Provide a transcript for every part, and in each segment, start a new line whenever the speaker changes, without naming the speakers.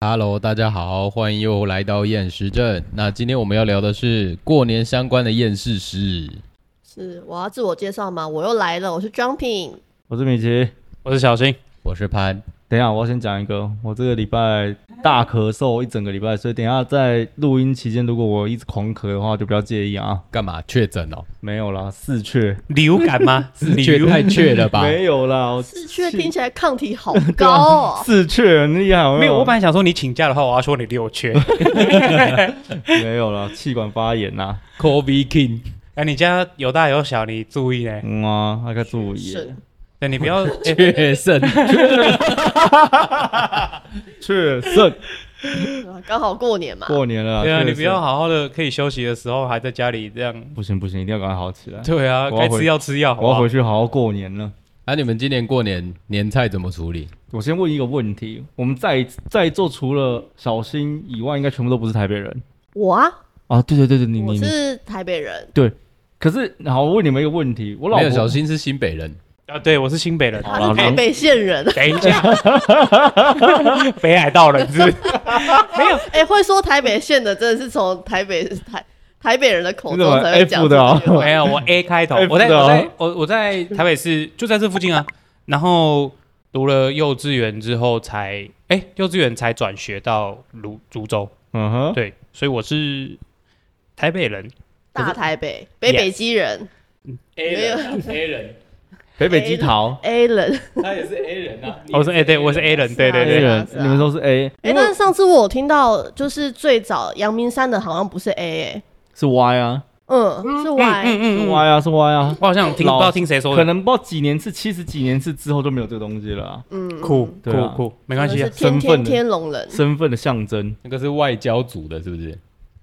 Hello，大家好，欢迎又来到厌食症。那今天我们要聊的是过年相关的厌世事。
是我要自我介绍吗？我又来了，我是 Jumping。
我是米奇。
我是小新，
我是潘，
等一下，我要先讲一个，我这个礼拜大咳嗽一整个礼拜，所以等一下在录音期间，如果我一直狂咳的话，就不要介意啊。
干嘛确诊哦？
没有啦，四雀，
流感 吗？
确太确了 吧？
没有啦，我。
四雀听起来抗体好高哦
啊四雀很厉害，有
没
没
有，我本来想说你请假的话，我要说你六缺。
没有啦，气管发炎啊呐、
Covid King，
哎，你家有大有小，你注意呢。
嗯啊，还该注意，
是
对，你不要。哎
确诊，
确诊
啊刚好过年嘛，
过年了啦，
对啊，
确
你
诊
不要好好的可以休息的时候，还在家里这样。
不行不行，一定要赶快好起来，
对啊，
我要
该
回
吃药吃药，好不
我要
好
回？去好好过年了。
那、啊你们今年过年年菜怎么处理？
我先问一个问题，我们在在座除了小新以外，应该全部都不是台北人
我啊，
啊？对对对对，你
我
你你
是台北人，
可是，好，我问你们一个问题，我老
没有，
婆
小新是新北人，
啊，对，我是新北人。
他
啦
是台北县人。
等一下， 北海道人是不是？没有，
哎，会说台北县的，真的是从台北台台北人的口
你怎么
中才会讲
F 的哦
这句话
没有，我 A 开头
F，
我在
的哦
我在我我在台北市，就在这附近啊。然后读了幼稚园之后才，哎，幼稚园才转学到泸株洲。
嗯哼，
对，所以我是台北人
大台北北北基人
，A 人，A 啊人，
北北基桃
A 人。
他也是 A 人 啊。
我是哎、对，我是 A 人，对对
是啊
，A
对，
人，
是啊
你们都是 A，
哎，但是上次我有听到，就是最早阳明山的好像不是 A，哎，
是 Y 啊，
嗯，是 Y。
是
嗯嗯，
Y 啊，是 Y 啊，
我好像听不
老
知道听谁说
可
的，
能不知道几年次，七十几年次之后就没有这个东西了啊，
嗯，
酷
对啊
酷酷，没关系、
是
啊。
天
身
天
份的
天龙人，
身份的象征。
那个是外交组的，是不是？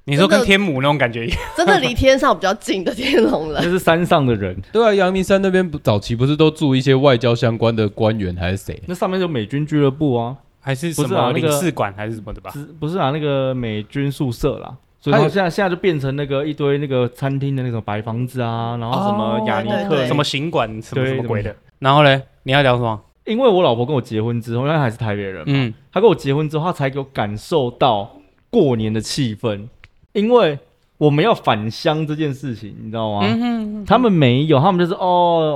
你说跟
真的
天母那种感觉一样，
真的离天上比较近的天龙
这
人。
是山上的人，
对啊，阳明山那边不早期不是都住一些外交相关的官员还是谁？
那上面有美军俱乐部啊，
还是
不
什
是啊
么
那
领
个
事馆还是什么的吧？
只不是啊，那个美军宿舍啦。所以
还有
它现在现在就变成那个一堆那个餐厅的那种白房子啊，然后什么雅尼
对对
克
对
什么行馆什么
对
什么鬼的？然后嘞，你要聊什么？
因为我老婆跟我结婚之后，因为她还是台北人嘛，
嗯，
他跟我结婚之后，他才给我感受到过年的气氛，因为我们要返乡这件事情，你知道吗？他们没有，他们就是哦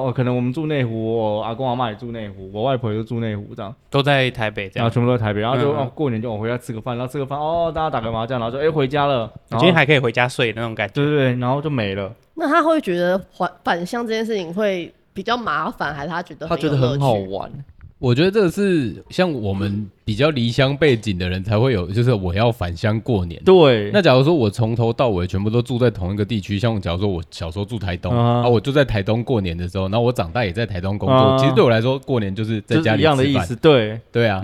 哦，可能我们住内湖，我阿公阿妈也住内湖，我外婆也住内湖这样，
都在台北这
然后
样。
全部都在台北，然后就、
嗯嗯
哦过年就我回家吃个饭，然后吃个饭哦，大家打个麻将，然后就哎、回家了，
我
然后
今天还可以回家睡那种感觉。
对对对，然后就没了。
那他会觉得返返乡这件事情会比较麻烦，还是他觉得
他觉得
有乐
很好
趣
玩，
我觉得这个是像我们比较离乡背景的人才会有，就是我要返乡过年。
对，
那假如说我从头到尾全部都住在同一个地区，像假如说我小时候住台东，
啊
啊，我就在台东过年的时候，然后我长大也在台东工作，
啊
其实对我来说，过年就是在
就
家
是
里
一样的
吃
意
饭
思，，嗯对，
对啊，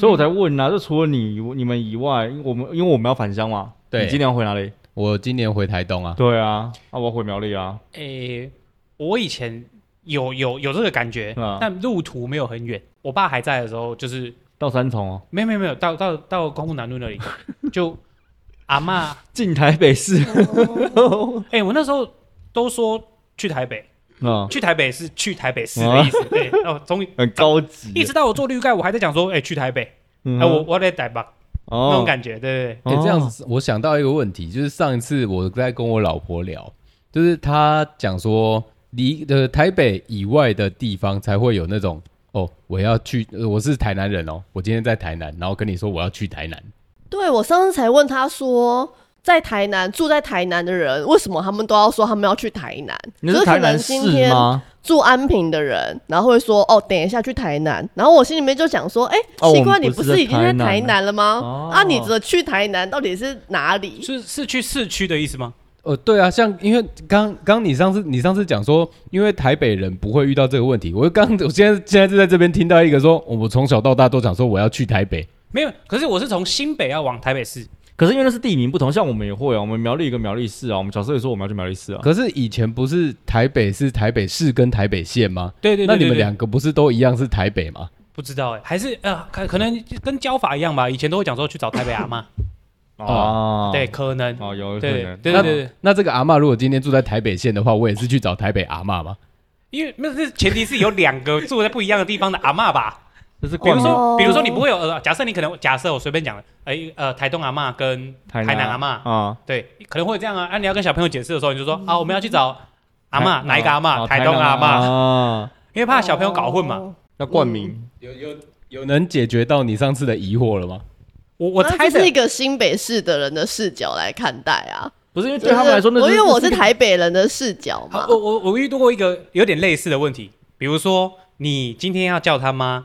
所以我才问啊，就除了你你们以外，我们因为我们要返乡嘛，
对
你今年要回哪里？
我今年回台东啊，
对啊，啊，我要回苗栗啊，
诶、我以前有有有这个感觉，
啊
但路途没有很远。我爸还在的时候，就是
到三重哦，
没有没有没有到到到光复南路那 里，就阿嬷。
进台北市。哦
哎、我那时候都说去台北，
啊，
去台北是去台北市的意思。对，哦，终于
很高级，
一直到我做绿盖，我还在讲说，哎、去台北，哎、
嗯
我我在台北、
哦
那种感觉，对对对。
哎、这样
哦
子，我想到一个问题，就是上一次我在跟我老婆聊，就是她讲说，离呃台北以外的地方才会有那种哦，我要去、呃我是台南人哦，我今天在台南，然后跟你说我要去台南，
对我上次才问他说，在台南住在台南的人，为什么他们都要说他们要去台南？
你
就是是
台
可
南
能
市
今天
吗？
住安平的人，然后会说哦，等一下去台南。然后我心里面就想说，哎、
哦
奇
我
怪，
们
你
不是
是
在
已经在
台南
台
了
南了吗？
哦
啊，你这去台南到底是哪里？
是是去市区的意思吗？
呃，对啊，像因为刚刚你上次你上次讲说，因为台北人不会遇到这个问题，我刚我现在现在就在这边听到一个说，哦我从小到大都讲说我要去台北，
没有，可是我是从新北要往台北市，
可是因为那是地名不同，像我们也会啊，我们苗栗有一个苗栗市啊，我们小时候也说我们要去苗栗
哦
市啊。
可是以前不是台北是台北市跟台北县吗？
对对对
那你
对
们
对
两个不是都一样是台北吗？
不知道哎、还是呃，可可能跟教法一样吧，以前都会讲说去找台北阿妈，
啊，
哦对，，可能，
哦，有有可
对
能
对
那
对对对，
那这个阿嬷如果今天住在台北县的话，我也是去找台北阿嬷嘛。
因为那是前提是有两个住在不一样的地方的阿嬷吧？
这是
比
冠
如
冕
说，比如说你
哦
不会有呃，假设你可能假设我随便讲了，哎呃，台东阿嬷跟
台
台南阿嬷，
啊，
对，可能会有这样啊。啊，你要跟小朋友解释的时候，你就说啊，我们要去找阿嬷，哪一个阿嬷？
哦
嗯台东阿嬷，
啊，
因为怕小朋友搞混嘛。
哦。
要冠名
嗯有有有能解决到你上次的疑惑了吗？
我我
那
猜
啊这
的
是一个新北市的人的视角来看待啊，
不是因为对他们来说，那
我因为我
是
是台北人的视角嘛
好，我我我遇到过一个有点类似的问题，比如说你今天要叫他妈，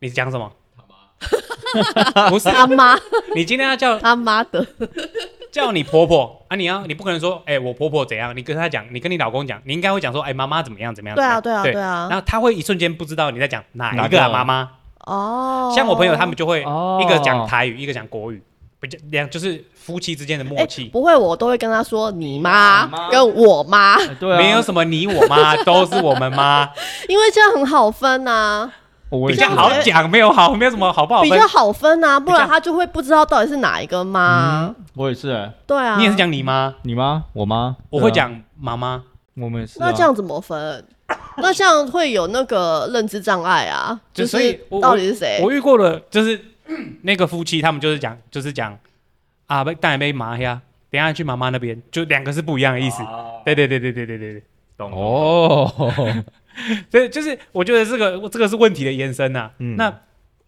你讲什么？他妈，不是，
他妈
你今天要叫
他妈的，
叫你婆婆啊，你要你不可能说，哎、我婆婆怎样？你跟她讲，你跟你老公讲，你应该会讲说，哎、妈妈怎么样怎么样？
对啊
怎么样
对啊对啊
然后他会一瞬间不知道你在讲哪
哪
一个啊
个
妈妈。
哦，
像我朋友他们就会
哦
一个讲台语，一个讲国语，不就两就是夫妻之间的默
哎
契，
不会，我都会跟他说你
你
妈
妈
跟我妈，
哎对啊，
没有什么你我妈， 都是我们妈，
因为这样很好分呐、
我
比
也
较
是
好讲，没有好，没有什么好不好
比
分
较。好分呐、不
比
然
较嗯
他就会不知道到底是哪一个妈。
我也是哎，
对啊，
你也是讲你妈，
你妈我妈，
我会
对啊，
讲妈妈。
我们也是啊
那这样怎么分？那这样会有那个认知障碍啊，
就所
是
以我
到底是谁？
我遇过的就是那个夫妻，他们就是讲，就是讲啊，被带被麻呀，等一下去妈妈那边，就两个是不一样的意思。
啊
对对对对对对对对，懂哦。
哦，
所以就是我觉得这个这个是问题的延伸呐、
嗯
那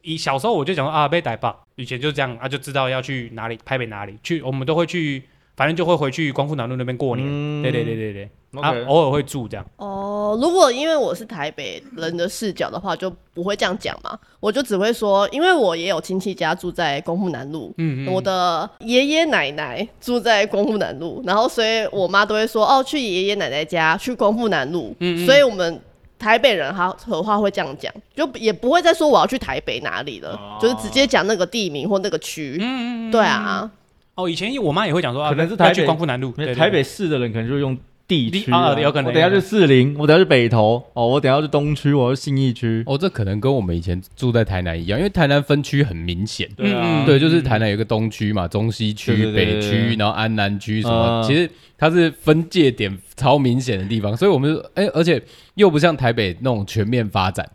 以小时候我就讲说啊，被逮爆，以前就这样啊，就知道要去哪里拍北哪里去，我们都会去，反正就会回去光复南路那边过年。
嗯
对对对对对，啊
OK，
偶尔会住这样。
哦，如果因为我是台北人的视角的话，就不会这样讲嘛，我就只会说，因为我也有亲戚家住在光复南路。
嗯嗯，
我的爷爷奶奶住在光复南路，然后所以我妈都会说哦，去爷爷奶奶家，去光复南路。
嗯嗯
所以我们台北人他的话会这样讲，就也不会再说我要去台北哪里了，
哦
就是直接讲那个地名或那个区。
嗯嗯嗯
对啊，
哦，以前我妈也会讲说啊，
可能是
要
台北
去光复南路，
没
对
有
对对
台北市的人可能就会用地区啊，
地啊有可能
我等一下去士林，我等一下去北投，哦，我等一下去东区，我要去信义区，
哦，这可能跟我们以前住在台南一样，因为台南分区很明显。
对啊嗯
对，就是台南有一个东区嘛，中西区、
对对对
北
对对
区，然后安南区什么，
嗯
其实它是分界点超明显的地方，所以我们就哎，而且又不像台北那种全面发展，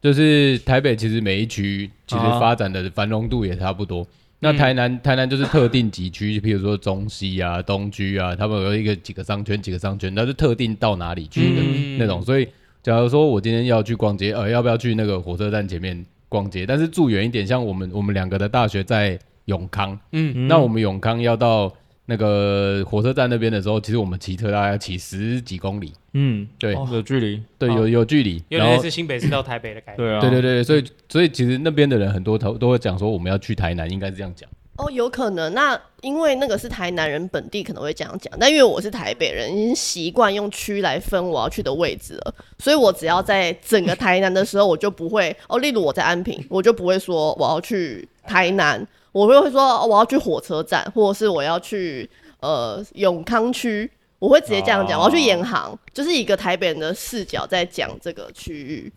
就是台北其实每一区其实
啊
发展的繁荣度也差不多。那
嗯
台南，台南就是特定几区，譬如说中西啊、东区啊，他们有一个几个商圈、几个商圈，那就特定到哪里去的
嗯
那种。所以，假如说我今天要去逛街，呃，要不要去那个火车站前面逛街？但是住远一点，像我们我们两个的大学在永康，
嗯
嗯
那我们永康要到那个火车站那边的时候，其实我们骑车大概要骑十几公里，
嗯，
对
哦有距离，
对，
哦
有有哦距离，
有
然
点类
后
似新北市到台北的感觉。
对啊，
对对对，所以所以其实那边的人很多都都会讲说我们要去台南，应该是这样讲。
哦，有可能。那因为那个是台南人本地可能会这样讲，但因为我是台北人，已经习惯用区来分我要去的位置了，所以我只要在整个台南的时候，我就不会哦。例如我在安平，我就不会说我要去台南，我会会说、哦我要去火车站，或者是我要去呃永康区，我会直接这样讲，
哦
我要去银行，就是一个台北人的视角在讲这个区域。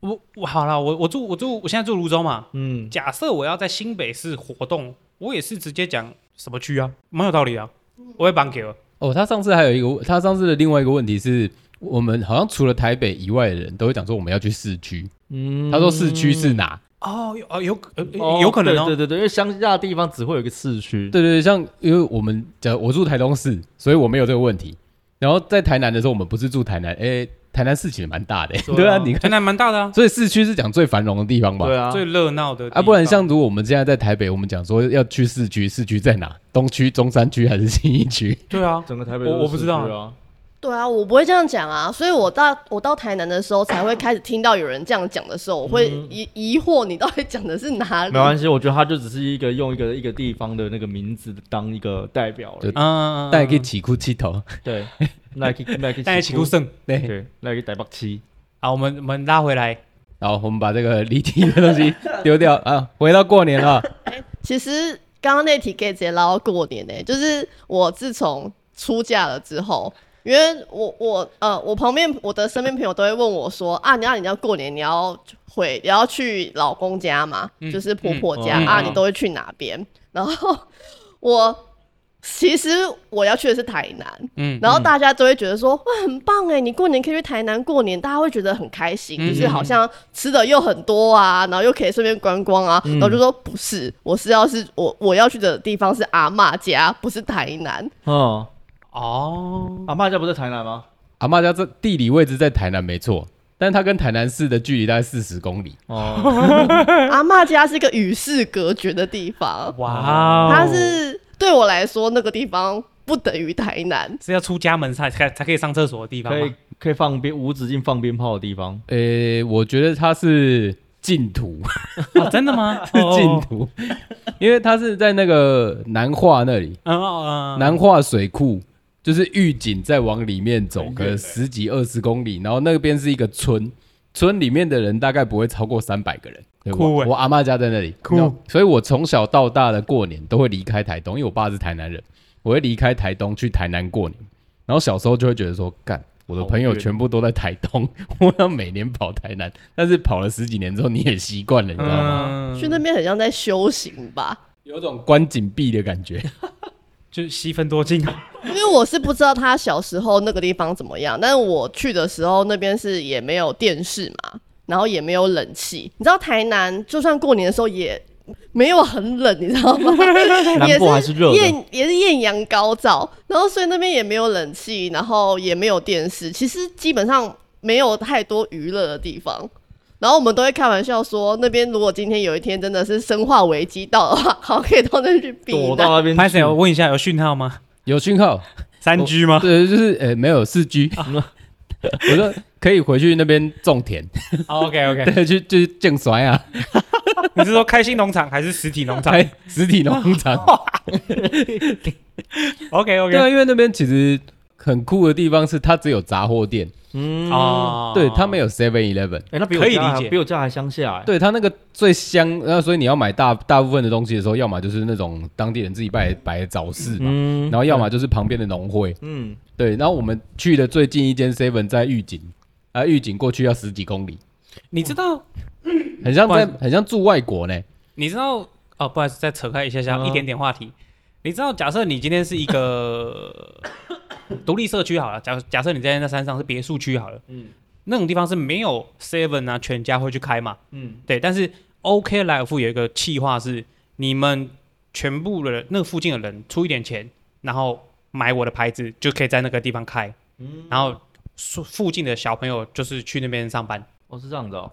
我我好了，我我住我住我现在住泸州嘛。
嗯，
假设我要在新北市活动，我也是直接讲什么区啊，蛮有道理的啊。我会帮给了，
哦，他上次还有一个，他上次的另外一个问题是。我们好像除了台北以外的人都会讲说我们要去市区，
嗯
他说市区是哪？
哦，有哦有可呃
哦
有可能哦，
对对对对，因为乡下地方只会有一个市区，
对对对，像因为我们假如我住台东市，所以我没有这个问题。然后在台南的时候，我们不是住台南，哎，台南市其实蛮大的、
对 啊
对啊，你看，
台南蛮大的啊，
所以市区是讲最繁荣的地方吧？
对啊，
最热闹的
啊，
地方
不然像如果我们现在在台北，我们讲说要去市区，市区在哪？东区、中山区还是新一区？
对啊，
整个台北
我
都是
我不知道
市区啊，
对啊，我不会这样讲啊，所以我到我到台南的时候才会开始听到有人这样讲的时候，我会
嗯
疑、疑惑你到底讲的是哪里
没？关系，我觉得他就只是一个用一个一个地方的那个名字当一个代表而已，
嗯，
但也可以起哭气头，
对，Nike Nike
带起故胜
对。
对，Nike 台北七，
啊，我们我们拉回来，
好，我们把这个离题的东西丢掉啊，回到过年了。
其实刚刚那题可以直接拉到过年呢、就是我自从出嫁了之后，因为我我呃我旁边我的身边朋友都会问我说啊，你要你要过年你要回你要去老公家嘛，
嗯
就是婆婆家、
嗯嗯
啊，
嗯
你都会去哪边？然后我其实我要去的是台南，
嗯，
然后大家都会觉得说，哇，很棒哎，你过年可以去台南过年，大家会觉得很开心，
嗯
就是好像吃的又很多啊，然后又可以顺便观光啊。
嗯
然后就说不是，我是要是我我要去的地方是阿嬷家，不是台南。
嗯，
哦，
阿妈家不在台南吗？
阿嬷家这地理位置在台南没错，但它跟台南市的距离大概四十公里。
哦，
嗯
阿嬷家是个与世隔绝的地方，
哇哦，
它是对我来说那个地方不等于台南。
是要出家门才才才可以上厕所的地方
可以
吗？
可以放鞭无止境放鞭炮的地方，
呃、我觉得它是净土，
哦真的吗？
是净
哦
土， 因为它是在那个南化那里，
嗯哦嗯，
南化水库就是预警，再往里面走个十几二十公里，然后那边是一个村，村里面的人大概不会超过三百个人。对
酷
我
欸
我阿妈家在那里，
酷
然后所以我从小到大的过年都会离开台东，因为我爸是台南人，我会离开台东去台南过年。然后小时候就会觉得说，干，我的朋友
好远
全部都在台东， 我要每年跑台南，但是跑了十几年之后你也习惯了，你知道吗？
嗯
去那边很像在修行吧，
有种关紧闭的感觉。
就吸分多精，
因为我是不知道他小时候那个地方怎么样，但是我去的时候那边是也没有电视嘛，然后也没有冷气，你知道台南就算过年的时候也没有很冷，你知道 吗？
南部啊还是热的。
艳也是艳阳高照，然后所以那边也没有冷气，然后也没有电视，其实基本上没有太多娱乐的地方。然后我们都会开玩笑说，那边如果今天有一天真的是生化危机到的话，好可以到那边去避
躲
难。
到那边
拍谁？
去
我问一下，有讯号吗？
有讯号，
三 G 吗？
对，就是呃没有四 G，我说可以回去那边种田，
OK OK，
哦 对，去就是种衰啊，
哦你是说开心农场还是实体农场
开实体农 场。
？OK
对
OK，
啊，因为那边其实很酷的地方是它只有杂货店，
嗯，
哦，
对，它没有 Seven Eleven。
哎，那比我
可以
家
理
还
解
比我家还乡下哎。
对它那个最香，那所以你要买大大部分的东西的时候，要么就是那种当地人自己摆摆的早市嘛，
嗯
然后要么就是旁边的农会，
嗯，
对，然后我们去的最近一间 Seven 在玉井，啊，玉井过去要十几公里，
你知道
很像
不好
在
意思
很像住外国呢，
你知道哦，不好意思，再扯开一下下、
嗯
一点点话题。你知道，假设你今天是一个独立社区好了，假假设你今天在山上是别墅区好了，嗯，那种地方是没有 Seven 啊，全家会去开嘛，嗯
嗯，
对。但是 OK Life 有一个计划是，你们全部的人那附近的人出一点钱，然后买我的牌子，就可以在那个地方开，然后附附近的小朋友就是去那边上班，
哦是这样子哦。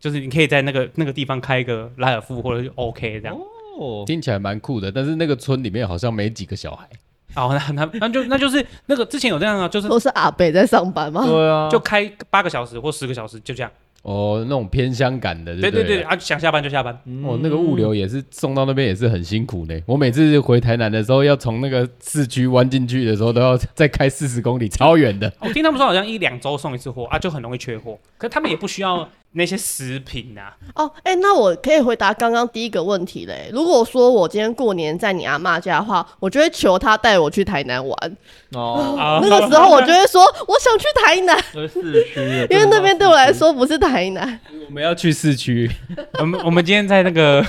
就是你可以在那个那个地方开一个莱尔富或者是 OK 这样。
哦，
听起来蛮酷的，但是那个村里面好像没几个小孩。
哦，那那那就那就是那个之前有这样啊，就是
都是阿北在上班吗？
对啊，
就开八个小时或十个小时，就这样。
哦，那种偏乡感的，
对
对
对
了
对，。啊，想下班就下班。
嗯
哦，那个物流也是送到那边也是很辛苦呢。我每次回台南的时候，要从那个市区弯进去的时候，都要再开四十公里，超远的。
我听他们说好像一两周送一次货啊，就很容易缺货。可他们也不需要那些食品啊，
哦，哎、那我可以回答刚刚第一个问题嘞。如果说我今天过年在你阿嬷家的话，我就会求他带我去台南玩。
哦，
啊
那个时候我就会说，我想去台 南，
那是市区的，
因为那边对我来
说，
说不是台南。
我们要去市区，
我们我们今天在那个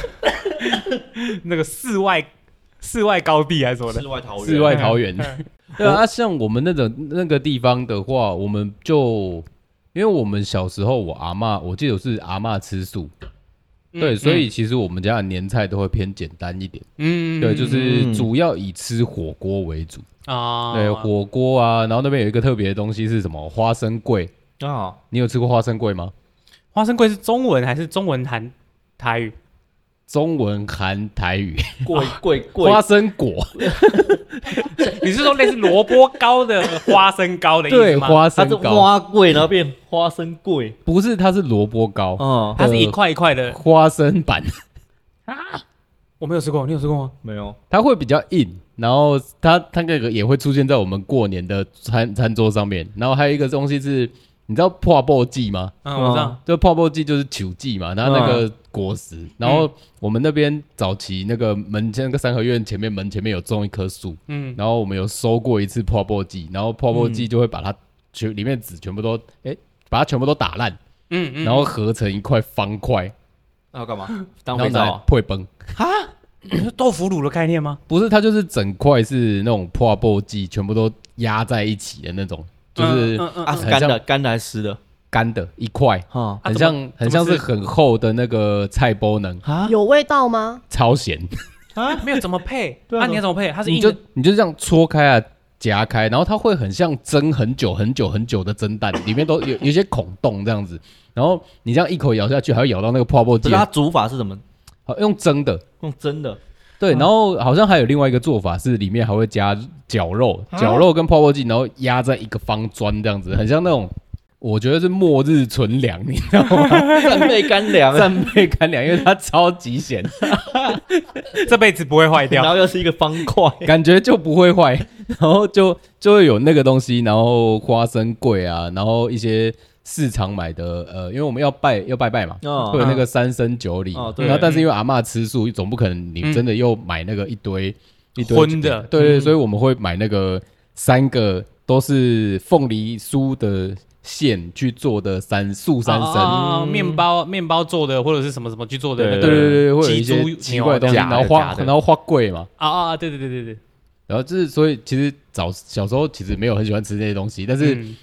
那个室外室外高地还是什么的
世，外桃源，
世外桃 源。
嗯
对啊，啊像我们那种那个地方的话，我们就因为我们小时候，我阿嬷，我记得我是阿嬷吃素，对，所以其实我们家的年菜都会偏简单一点，
嗯
对，就是
嗯
主要以吃火锅为主。
哦
啊，
对，火锅啊，然后那边有一个特别的东西是什么？花生桂。
啊，
你有吃过花生桂吗？
花生贵是中文还是中文含台语？
中文含台语，
贵贵贵
花，生果，
你是说类似萝卜糕的 花生糕的意
对，
思吗？
花
它
生
是
糕，
花贵，然后变花生贵，
不是，它是萝卜糕，
嗯，
它是一块一块的，
花生版，
我没有吃过，你有吃过吗？
没有，
它会比较硬，然后它它那个也会出现在我们过年的餐餐桌上面，然后还有一个东西是，你知道破布剂吗？
嗯，我知道。
就泡泡剂就是球剂嘛，然后那个果实，然
嗯
后我们那边早期那个门前那个三合院前面门前面有种一棵树，
嗯
嗯，然后我们有收过一次泡泡剂，然后泡泡剂就会把它全里面籽全部都哎、把它全部都打烂，
嗯嗯，
然后合成一块方块，
那要干嘛？当
然后
肥皂
拿来
啊？
破崩，
你说豆腐乳的概念吗？
不是，它就是整块是那种破布剂，全部都压在一起的那种，就是
嗯嗯嗯
啊，
很
是干
像
的，干的还是湿的？
干的一块，
哈
啊
很
怎么
像很像是
怎么
很厚的那个菜包能
啊
有味道吗？
超咸，
啊！
没有怎么配？
对啊
啊，你要怎么配？它是
你
硬
就
的，
你就这样搓开啊，夹开，然后它会很像蒸很久很久很久的蒸蛋，里面都有有一些孔洞这样子，然后你这样一口咬下去，还会咬到那个破布
不
剂
是，它煮法是怎么
好用蒸的，
用蒸的？
对，
嗯
然后好像还有另外一个做法是，里面还会加绞肉，
啊
绞肉跟泡泡剂，然后压在一个方砖这样子，很像那种，我觉得是末日存粮，你知道 吗？
战备干粮，
战备干粮，因为它超级咸，
这辈子不会坏
然
掉。
后又是一个方块，
感觉就不会坏， 然后就就会有那个东西，然后花生贵啊，然后一些市场买的，呃，因为我们要拜要拜拜嘛，
哦
会有那个三生九礼嘛，
哦对
然后但是因为阿嬷吃素，总不可能你真的又买那个一堆、一堆
荤的嗯
对对，所以我们会买那个三个都是凤梨酥的馅去做的三素三生。
啊，面包面包做的或者是什么什么去做的那
对
个，
对对对，会有一
鸡
些
猪
奇怪的东西，
牛
然
啊
后
假
花
的
然后花贵嘛，
啊啊，啊对对对对对，
然后就是所以其实早小时候其实没有很喜欢吃这些东西，但是
嗯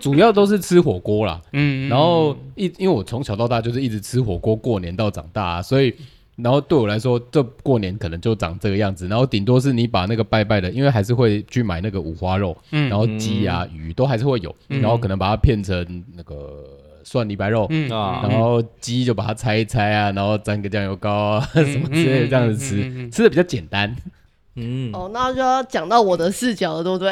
主要都是吃火锅啦。
嗯，
然后一因为我从小到大就是一直吃火锅过年到长大、啊，所以然后对我来说，这过年可能就长这个样子。然后顶多是你把那个拜拜的，因为还是会去买那个五花肉，
嗯
然后鸡啊、鱼都还是会有，
嗯
然后可能把它片成那个蒜泥白肉。
嗯
啊
然后鸡就把它拆一拆啊，然后沾个酱油膏啊，什么之类的这样子吃，
嗯嗯嗯嗯嗯嗯
吃的比较简单。
嗯，
哦，那就要讲到我的视角了，对不对？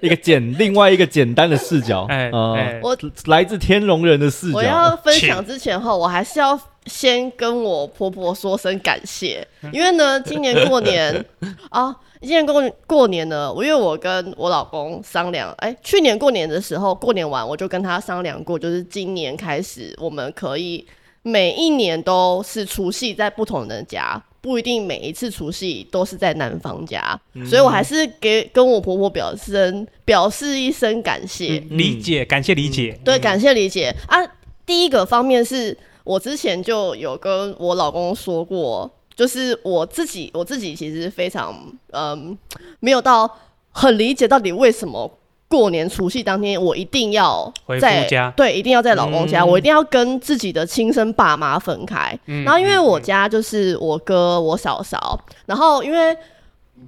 一个简，另外一个简单的视角，
哎
嗯
呃
哎
我
来自天龙人的视
我
角
要，分享之前哈，我还是要先跟我婆婆说声感谢，因为呢，今年过 年啊，今年过过年呢，我因为我跟我老公商量，哎、去年过年的时候，过年完我就跟他商量过，就是今年开始我们可以每一年都是除夕在不同人家。不一定每一次除夕都是在男方家，所以我还是给跟我婆婆表示表示一声感谢。
嗯理解，感谢理解，
对，感谢理嗯解啊。第一个方面是我之前就有跟我老公说过，就是我自己我自己其实非常嗯，没有到很理解到底为什么。过年除夕当天，我一定要
回
在
夫家
对，一定要在老公家，我一定要跟自己的亲生爸妈分开。嗯然后因为我家就是我哥、我嫂嫂，然后因为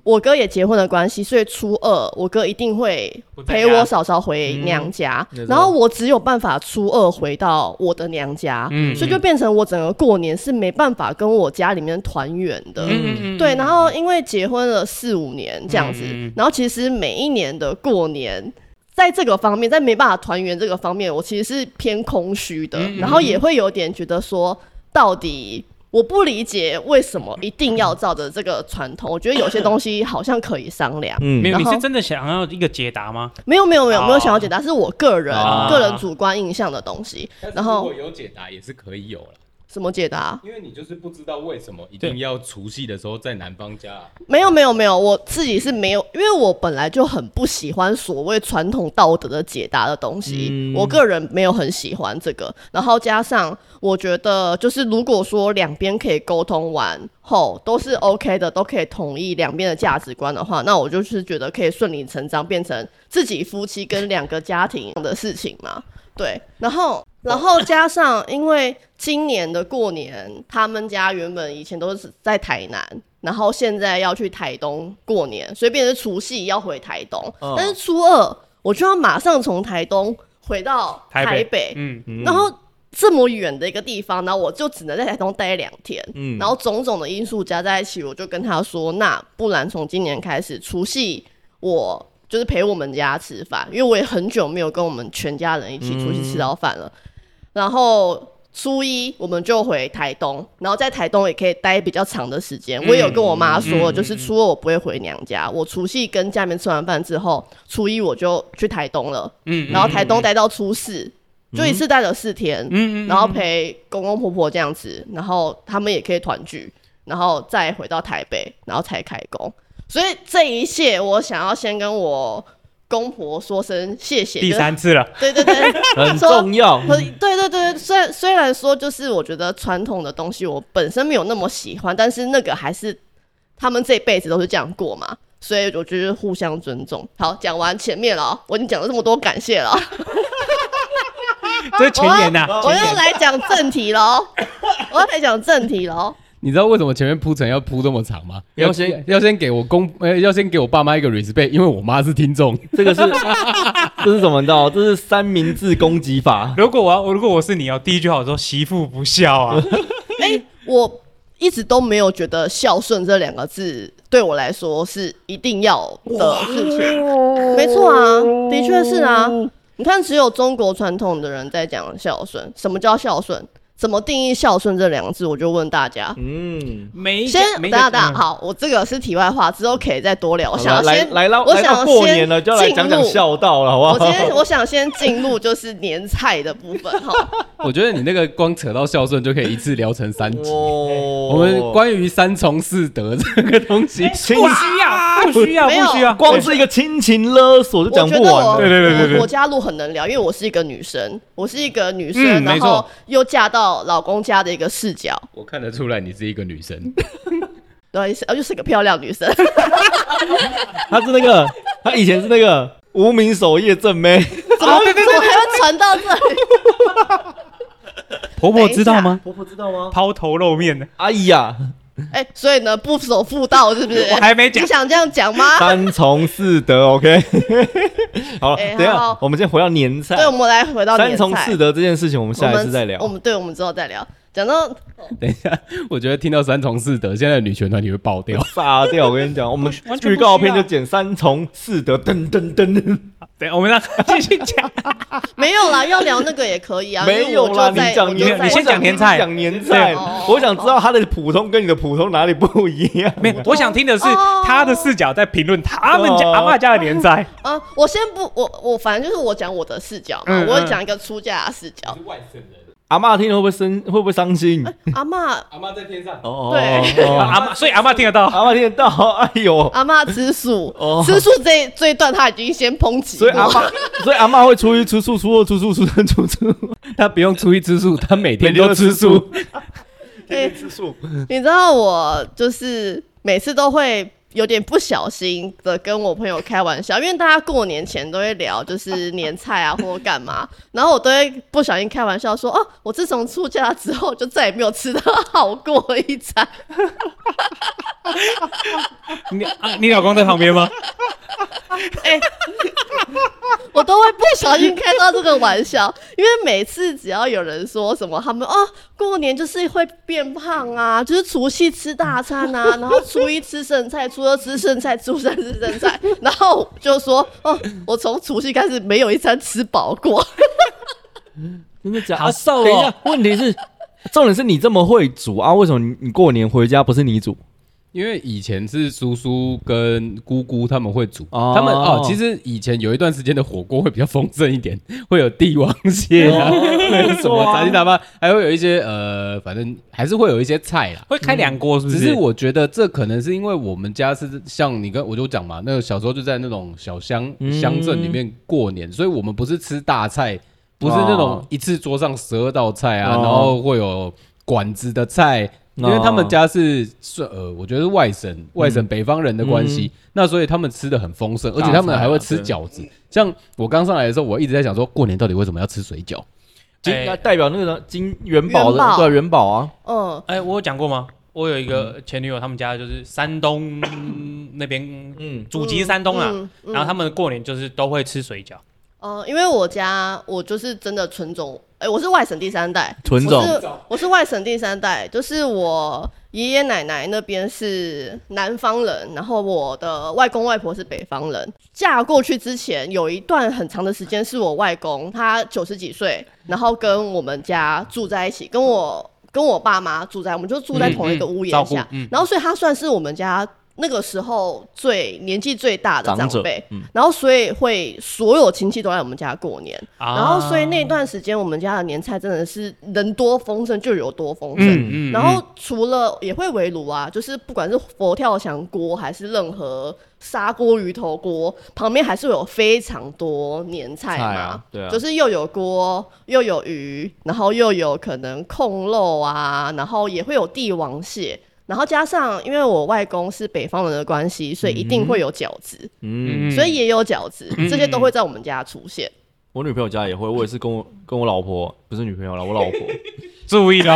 我哥也结婚的关系，所以初二我哥一定会
不在
陪
家
我嫂嫂回娘家，
嗯
没错
然后我只有办法初二回到我的娘家，
嗯
所以就变成我整个过年是没办法跟我家里面团圆的。
嗯嗯嗯
对，然后因为结婚了四五年这样子，
嗯嗯嗯
然后其实每一年的过年，在这个方面，在没办法团圆这个方面，我其实是偏空虚的，
嗯嗯
然后也会有点觉得说，到底我不理解为什么一定要照着这个传统，我觉得有些东西好像可以商量。
嗯
没有，
然
你
后
是真的想要一个解答吗？
没有没有没有没有
哦
想要解答，是我个人、
啊
个人主观印象的东西。然后
有解答也是可以有了。
什么解答？
因为你就是不知道为什么一
定
要除夕的时候在男方家、
没有没有没有，我自己是没有，因为我本来就很不喜欢所谓传统道德的解答的东西，
嗯
我个人没有很喜欢这个。然后加上我觉得，就是如果说两边可以沟通完后都是 OK 的，都可以统一两边的价值观的话，那我就是觉得可以顺理成章变成自己夫妻跟两个家庭的事情嘛。对，然后然后加上，因为今年的过年，他们家原本以前都是在台南，然后现在要去台东过年，所以变成除夕要回台东，
嗯
但是初二我就要马上从台东回到
台
北，
嗯，
嗯
然后这么远的一个地方，然后我就只能在台东待两天，
嗯
然后种种的因素加在一起，我就跟他说，那不然从今年开始，除夕我就是陪我们家吃饭，因为我也很久没有跟我们全家人一起出去吃到饭了。然后初一我们就回台东，然后在台东也可以待比较长的时间。我也有跟我妈说，就是初二我不会回娘家，我除夕跟家里面吃完饭之后，初一我就去台东了，
嗯
然后台东待到初四，就一次待了四天，
嗯嗯嗯
然后陪公公婆婆这样子，然后他们也可以团聚，然后再回到台北，然后才开工。所以这一切，我想要先跟我公婆说声谢谢。
第
就是
三次了，
对对 对，
很重要。
可对对对，虽然虽然说就是我觉得传统的东西我本身没有那么喜欢，但是那个还是他们这一辈子都是这样过嘛，所以我觉得互相尊重。好，讲完前面了哦，我已经讲了这么多感谢了哦，
哦
这是前言呐、
我
前
要
言。
来讲正题了 哦，我要来讲正题了哦。
你知道为什么前面铺陈要铺这么长吗？
要
要
先
要先给我公呃，要先给我爸妈一个 respect，因为我妈是听众。
这个是 这是什么？你知道？这是三明治攻击法。
如果我要，如果我是你哦，第一句话我说媳妇不孝啊，
我一直都没有觉得孝顺这两个字对我来说是一定要的事情，没错啊，的确是啊。你看，只有中国传统的人在讲孝顺，什么叫孝顺？怎么定义孝顺这两个字？我就问大家。
嗯，
每一个
先
每一
等
个
下等下，
嗯
好，我这个是题外话，之后可以再多聊。我
好
想要
了来
先，
来到
我
来
想
到
要
过
先
年了，就要来讲
进
讲
入
孝道了，好不
我今
好？
天我想先进入就是年菜的部分哈。
我觉得你那个光扯到孝顺就可以一次聊成三集。
哦
我们关于三从四德这个东西，
亲
不需要，不需要，
没有
不需要，
光是一个亲情勒索就
我
讲
觉
不
得
完
我
的。
对对对对对
我我家路很能聊，因为我是一个女生，我是一个女生，
嗯没
然
错
后又嫁到老公家的一个视角，
我看得出来你是一个女生。
对，是呃又是个漂亮女 生，
他是那个，他以前是那个无名守夜正妹，
怎
哦
么、怎么还会传到这 里？
婆婆知道吗？
婆婆知道吗？
抛头露面的，
哎呀，
哎、所以呢，不守妇道是不是？
我还没讲
你想这样讲吗？
三从四德，OK。好了，
哎
等一下
好，
我们先回到年 菜
对，。我们来回到
三
年
从
菜
四，德这件事情，我们
我
下一次
们
再聊
我。们对，我们之后再聊。讲到
等一下， 我觉得听到三从四德，现在的女权团体会爆掉。
炸掉！我跟你讲，我们
完全不需要
预告片就剪三从四德，噔噔噔。
对，我们让继续 讲。
没有啦，要聊那个也可以啊，
没有
了，
啦，你讲
我就
年，
在
你先讲年菜
讲年
对
菜
哦。
我想知道他的普通跟你的普通哪里不一样。
没有，我想听的是
哦
他的视角在评论他们家
哦
阿嬷家的连载。
啊，我先不，我我反正就是我讲我的视角嘛，
嗯
我
嗯
讲一个出嫁的视角。
阿妈听了会不会生？会不会伤心？
阿嬷
阿妈在天上，
哦，
哎对
哦
啊阿嬷，所以阿嬷听得到。
阿妈听得到，哎呦，
阿嬷吃素
哦，
吃素这这一段他已经先抨击
所以阿
过，
妈， 所以阿妈会初一、初初、初二、初初、初三、初 初，
她不用出一吃素，她每天
每天
都
都
吃
吃素
素。
哎
吃素。
你知道我就是每次都会有点不小心的跟我朋友开玩笑，因为大家过年前都会聊就是年菜啊或干嘛， 然后我都会不小心开玩笑说哦，我自从出嫁之后就再也没有吃到好过一餐。
你啊，你老公在旁边吗？
我都会不小心开到这个玩笑，因为每次只要有人说什么，他们哦，过年就是会变胖啊，就是除夕吃大餐啊，然后初一吃剩菜，初二吃剩菜，初三吃剩菜，然后就说哦，我从除夕开始没有一餐吃饱过。
真的假的？啊
好瘦哦
等一下，问题 是，重点是你这么会煮啊？为什么你你过年回家不是你煮？
因为以前是叔叔跟姑姑他们会煮，
哦
他们哦，其实以前有一段时间的火锅会比较丰盛一点， 会有帝王蟹啊， 会有什么炸鸡大巴，还会有一些呃，反正还是会有一些菜啦。
会开两锅是不
只
是？
是我觉得这可能是因为我们家是像你跟我就讲嘛，那个小时候就在那种小乡
嗯
乡镇里面过年，所以我们不是吃大菜，不是那种一次桌上十二道菜啊，
哦
然后会有馆子的菜。因为他们家是是呃，我觉得是外
嗯
省外省北方人的关系，那所以他们吃的很丰盛，而且他们还会吃
大啊菜
饺子。像我刚上来的时候，我一直在想说，过年到底为什么要吃水饺？
金
哎
那代表那个金元宝
元
的
宝
对元宝啊，
嗯，
哎、我有讲过吗？我有一个前女友，他们家就是山东那边，
嗯，
祖籍是山东啦、啊
嗯嗯
然后他们过年就是都会吃水饺，
哦、因为我家我就是真的纯种，哎、我是外省第三代，
纯种
我是我是外省第三代，就是我爷爷奶奶那边是南方人，然后我的外公外婆是北方人。嫁过去之前有一段很长的时间是我外公，他九十几岁，然后跟我们家住在一起，跟我跟我爸妈住在，我们就住在同一个屋檐
嗯照顾
下，
嗯
然后所以他算是我们家那个时候最年纪最大的
长
长
者
辈，
嗯
然后所以会所有亲戚都来我们家过年，
啊
然后所以那段时间我们家的年菜真的是人多丰盛就有多丰盛。
嗯嗯，
然后除了也会围炉啊，就是不管是佛跳墙锅还是任何砂锅鱼头锅，旁边还是有非常多年菜嘛，
菜啊对啊
就是又有锅又有鱼，然后又有可能控肉啊，然后也会有帝王蟹，然后加上因为我外公是北方人的关系，所以一定会有饺子，
嗯，
嗯
所以也有饺子，
嗯
这些都会在我们家出现。
我女朋友家也会，我也是跟我跟我老婆，不是女朋友了，我老 婆，
嗯注意 喽，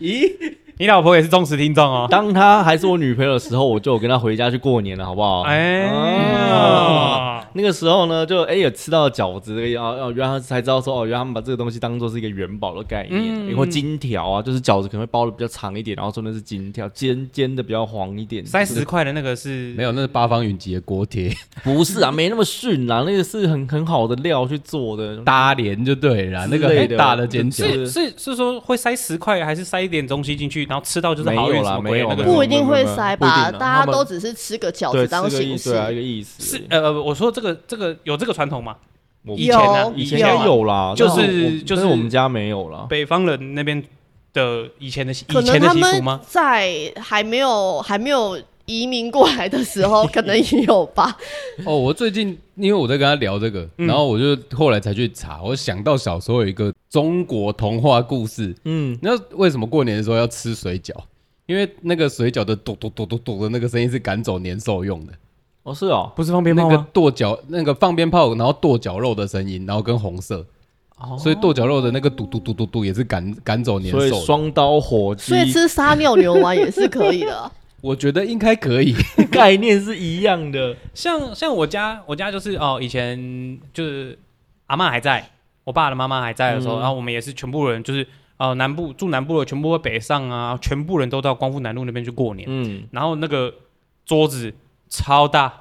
咦，
你老婆也是忠实听众哦。
当她还是我女朋友的时候，我就有跟她回家去过年了，好不好？
哎
哦，那个时候呢，就哎、有吃到饺子这个，哦哦，原来才知道说，哦，原来他们把这个东西当做是一个元宝的概念，
嗯
因为金条啊，就是饺子可能会包的比较长一点，然后说那是金条，尖尖的比较黄一点。
三十块的那个是
没有，那是八方云集的锅贴
不是啊，没那么逊啊，那个是很很好的料去做的。
搭连就对了啦，那个
之类
很
的
大的煎饺，
是是是说会塞十块，还是塞一点东西进去，然后吃到就是
没
好
有
运
啦
什么
没
鬼
有
那
没
个
有
不一定会塞
不一
吧，
定啊
大
他
家
们
都只是吃个饺
对，
子
这
当
个意
形式
思，对。啊，一个意思。
是呃，我说这个这个有这个传统嘛？
我
以前啊
有
以前也有啦，
就
但
是
我
就
但
是
我们家没有啦。
北方人那边的以前的习
可能
以前的
他
习俗
们
吗？
在还没有还没有移民过来的时 候，可能也有吧。
哦，我最近因为我在跟他聊这个，
嗯
然后我就后来才去查，我想到小时候有一个中国童话故事，
嗯，
那为什么过年的时候要吃水饺？因为那个水饺的咚咚咚咚咚的那个声音是赶走年兽用的，
哦是哦，
不是放鞭
那个？剁饺那个放鞭炮，然后剁绞肉的声音，然后跟红色，
哦
所以剁绞肉的那个嘟嘟嘟嘟嘟也是赶赶走年
所以
兽的。
双刀火鸡
所以吃撒尿牛丸也是可以的
哦
啊。
我觉得应该可以，
概念是一样的。
像像我家我家就是哦，以前就是阿嬷还在，我爸的妈妈还在的时候，
嗯
然后我们也是全部人就是呃南部住南部的全部会北上啊，全部人都到光复南路那边去过年，
嗯，
然后那个桌子超大，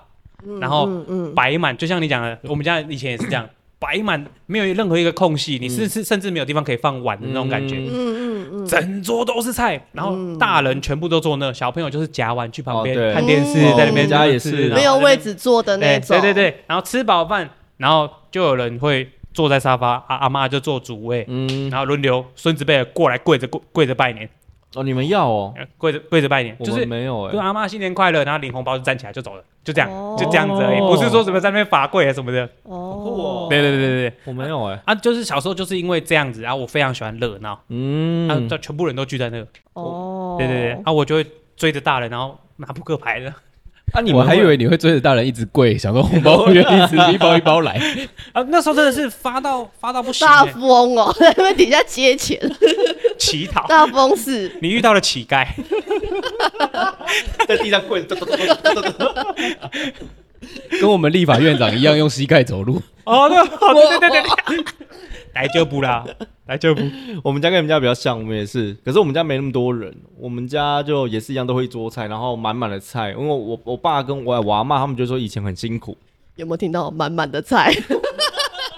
然后
嗯嗯，
摆满，就像你讲的，我们家以前也是这样，摆满没有任何一个空隙，你是
嗯
是甚至没有地方可以放碗的那种感觉。
嗯
整桌都是菜，然
嗯
后大人全部都坐那，小朋友就是夹完去旁边
哦对
看电视
嗯，
在那边
我们
家也
吃
是啊哎
然后
没有位置坐的那
对
种。
对对对，然后吃饱饭，然后就有人会坐在沙发，啊阿阿妈就坐主位，
嗯，
然后轮流孙子辈的过来跪着跪跪着拜年，
哦，你们要哦，
呃跪着跪着拜年，
我
就
们
是啊
没有
跟
哎，
阿妈新年快乐，然后领红包就站起来就走了，就这样
哦
就这样子而已，不是说什么在那边罚跪啊什么的。
哦，
对对对对对，
我没欸有哎，
啊，就是小时候就是因为这样子，啊然后我非常喜欢热闹，啊，
嗯
就，全部人都聚在那个，
哦，
对对对，啊，我就会追着大人，然后拿扑克牌的。
啊， 你
我
们
还以
会
为你会追着大人一直跪，想说红 包愿意一直一包一包来。
啊，那时候真的是发到发到不行、
大
欸，
风 哦，在那边底下接钱，
乞
哦
讨。
大风是
你遇到了 乞丐，
在地上跪，
跟我们立法院长一样用膝盖走路。
哦，对，哦对对对对，来就不啦，来就不，
我们家跟你们家比较像，我们也是，可是我们家没那么多人，我们家就也是一样，都会一桌菜，然后满满的菜。因为我我爸跟我我阿妈他们就说以前很辛苦，
有没有听到满满的 菜？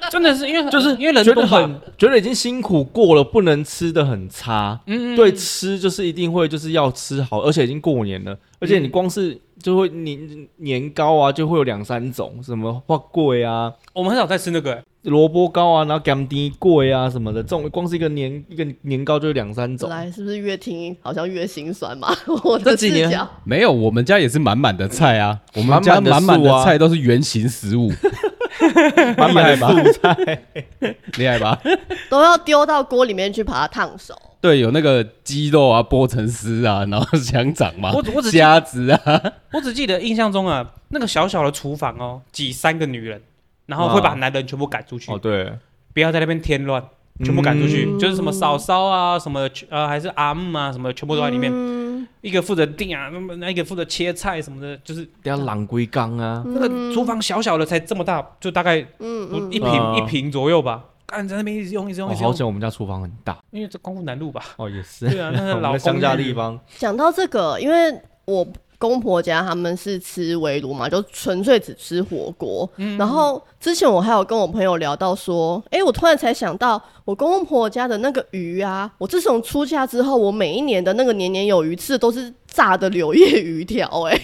真的是因为就是因为人
觉
多
得
嘛
很觉得已经辛苦过了，不能吃的很差。
嗯
对，吃就是一定会就是要吃好，而且已经过年了，而且你光是就会年年糕啊，就会有两三种，什么花桂啊，
我们很少在吃那个、欸
萝卜糕啊，然后甘丁桂啊什么的，这种光是一个年一个年糕就有两 三种。
来，是不是越听好像越心酸嘛？ 我
这
的
几
视
年
角，
没有，我们家也是满满的菜啊，我们
满
家
满的
满满
素啊
的菜都是圆形食 物，
满满
厉害
的
吧
素菜，
厉害吧？
都要丢到锅里面去把它烫熟。
对，有那个鸡肉啊，剥成丝啊，然后香肠嘛，
我只我只记
虾子啊，
我只记得印象中啊，那个小小的厨房哦，挤三个女人，然后
啊
会把男人全部赶出去，
哦对，
不要在那边添乱，全部赶出去，
嗯
就是什么嫂嫂啊，什么呃还是阿姆啊，什么全部都在里面，
嗯
一个负责订啊，那么那一个负责切菜什么的，就是
不要狼龟缸啊，
那个厨房小小的才这么大，就大概
嗯
不
嗯，
一
嗯
平一平左右吧。干在那边一直用一直用
哦
一直
好
用，
险我们家厨房很大，
因 为这光复南路吧。
哦也是，
对啊，那是
我们
老
在乡
公
下
寓
地方，
讲到这个，因为我公婆家他们是吃围炉嘛，就纯粹只吃火锅。
嗯
然后之前我还有跟我朋友聊到说，哎、我突然才想到，我公公婆婆家的那个鱼啊，我自从出嫁之后，我每一年的那个年年有余吃的都是炸的柳叶鱼条、 哎，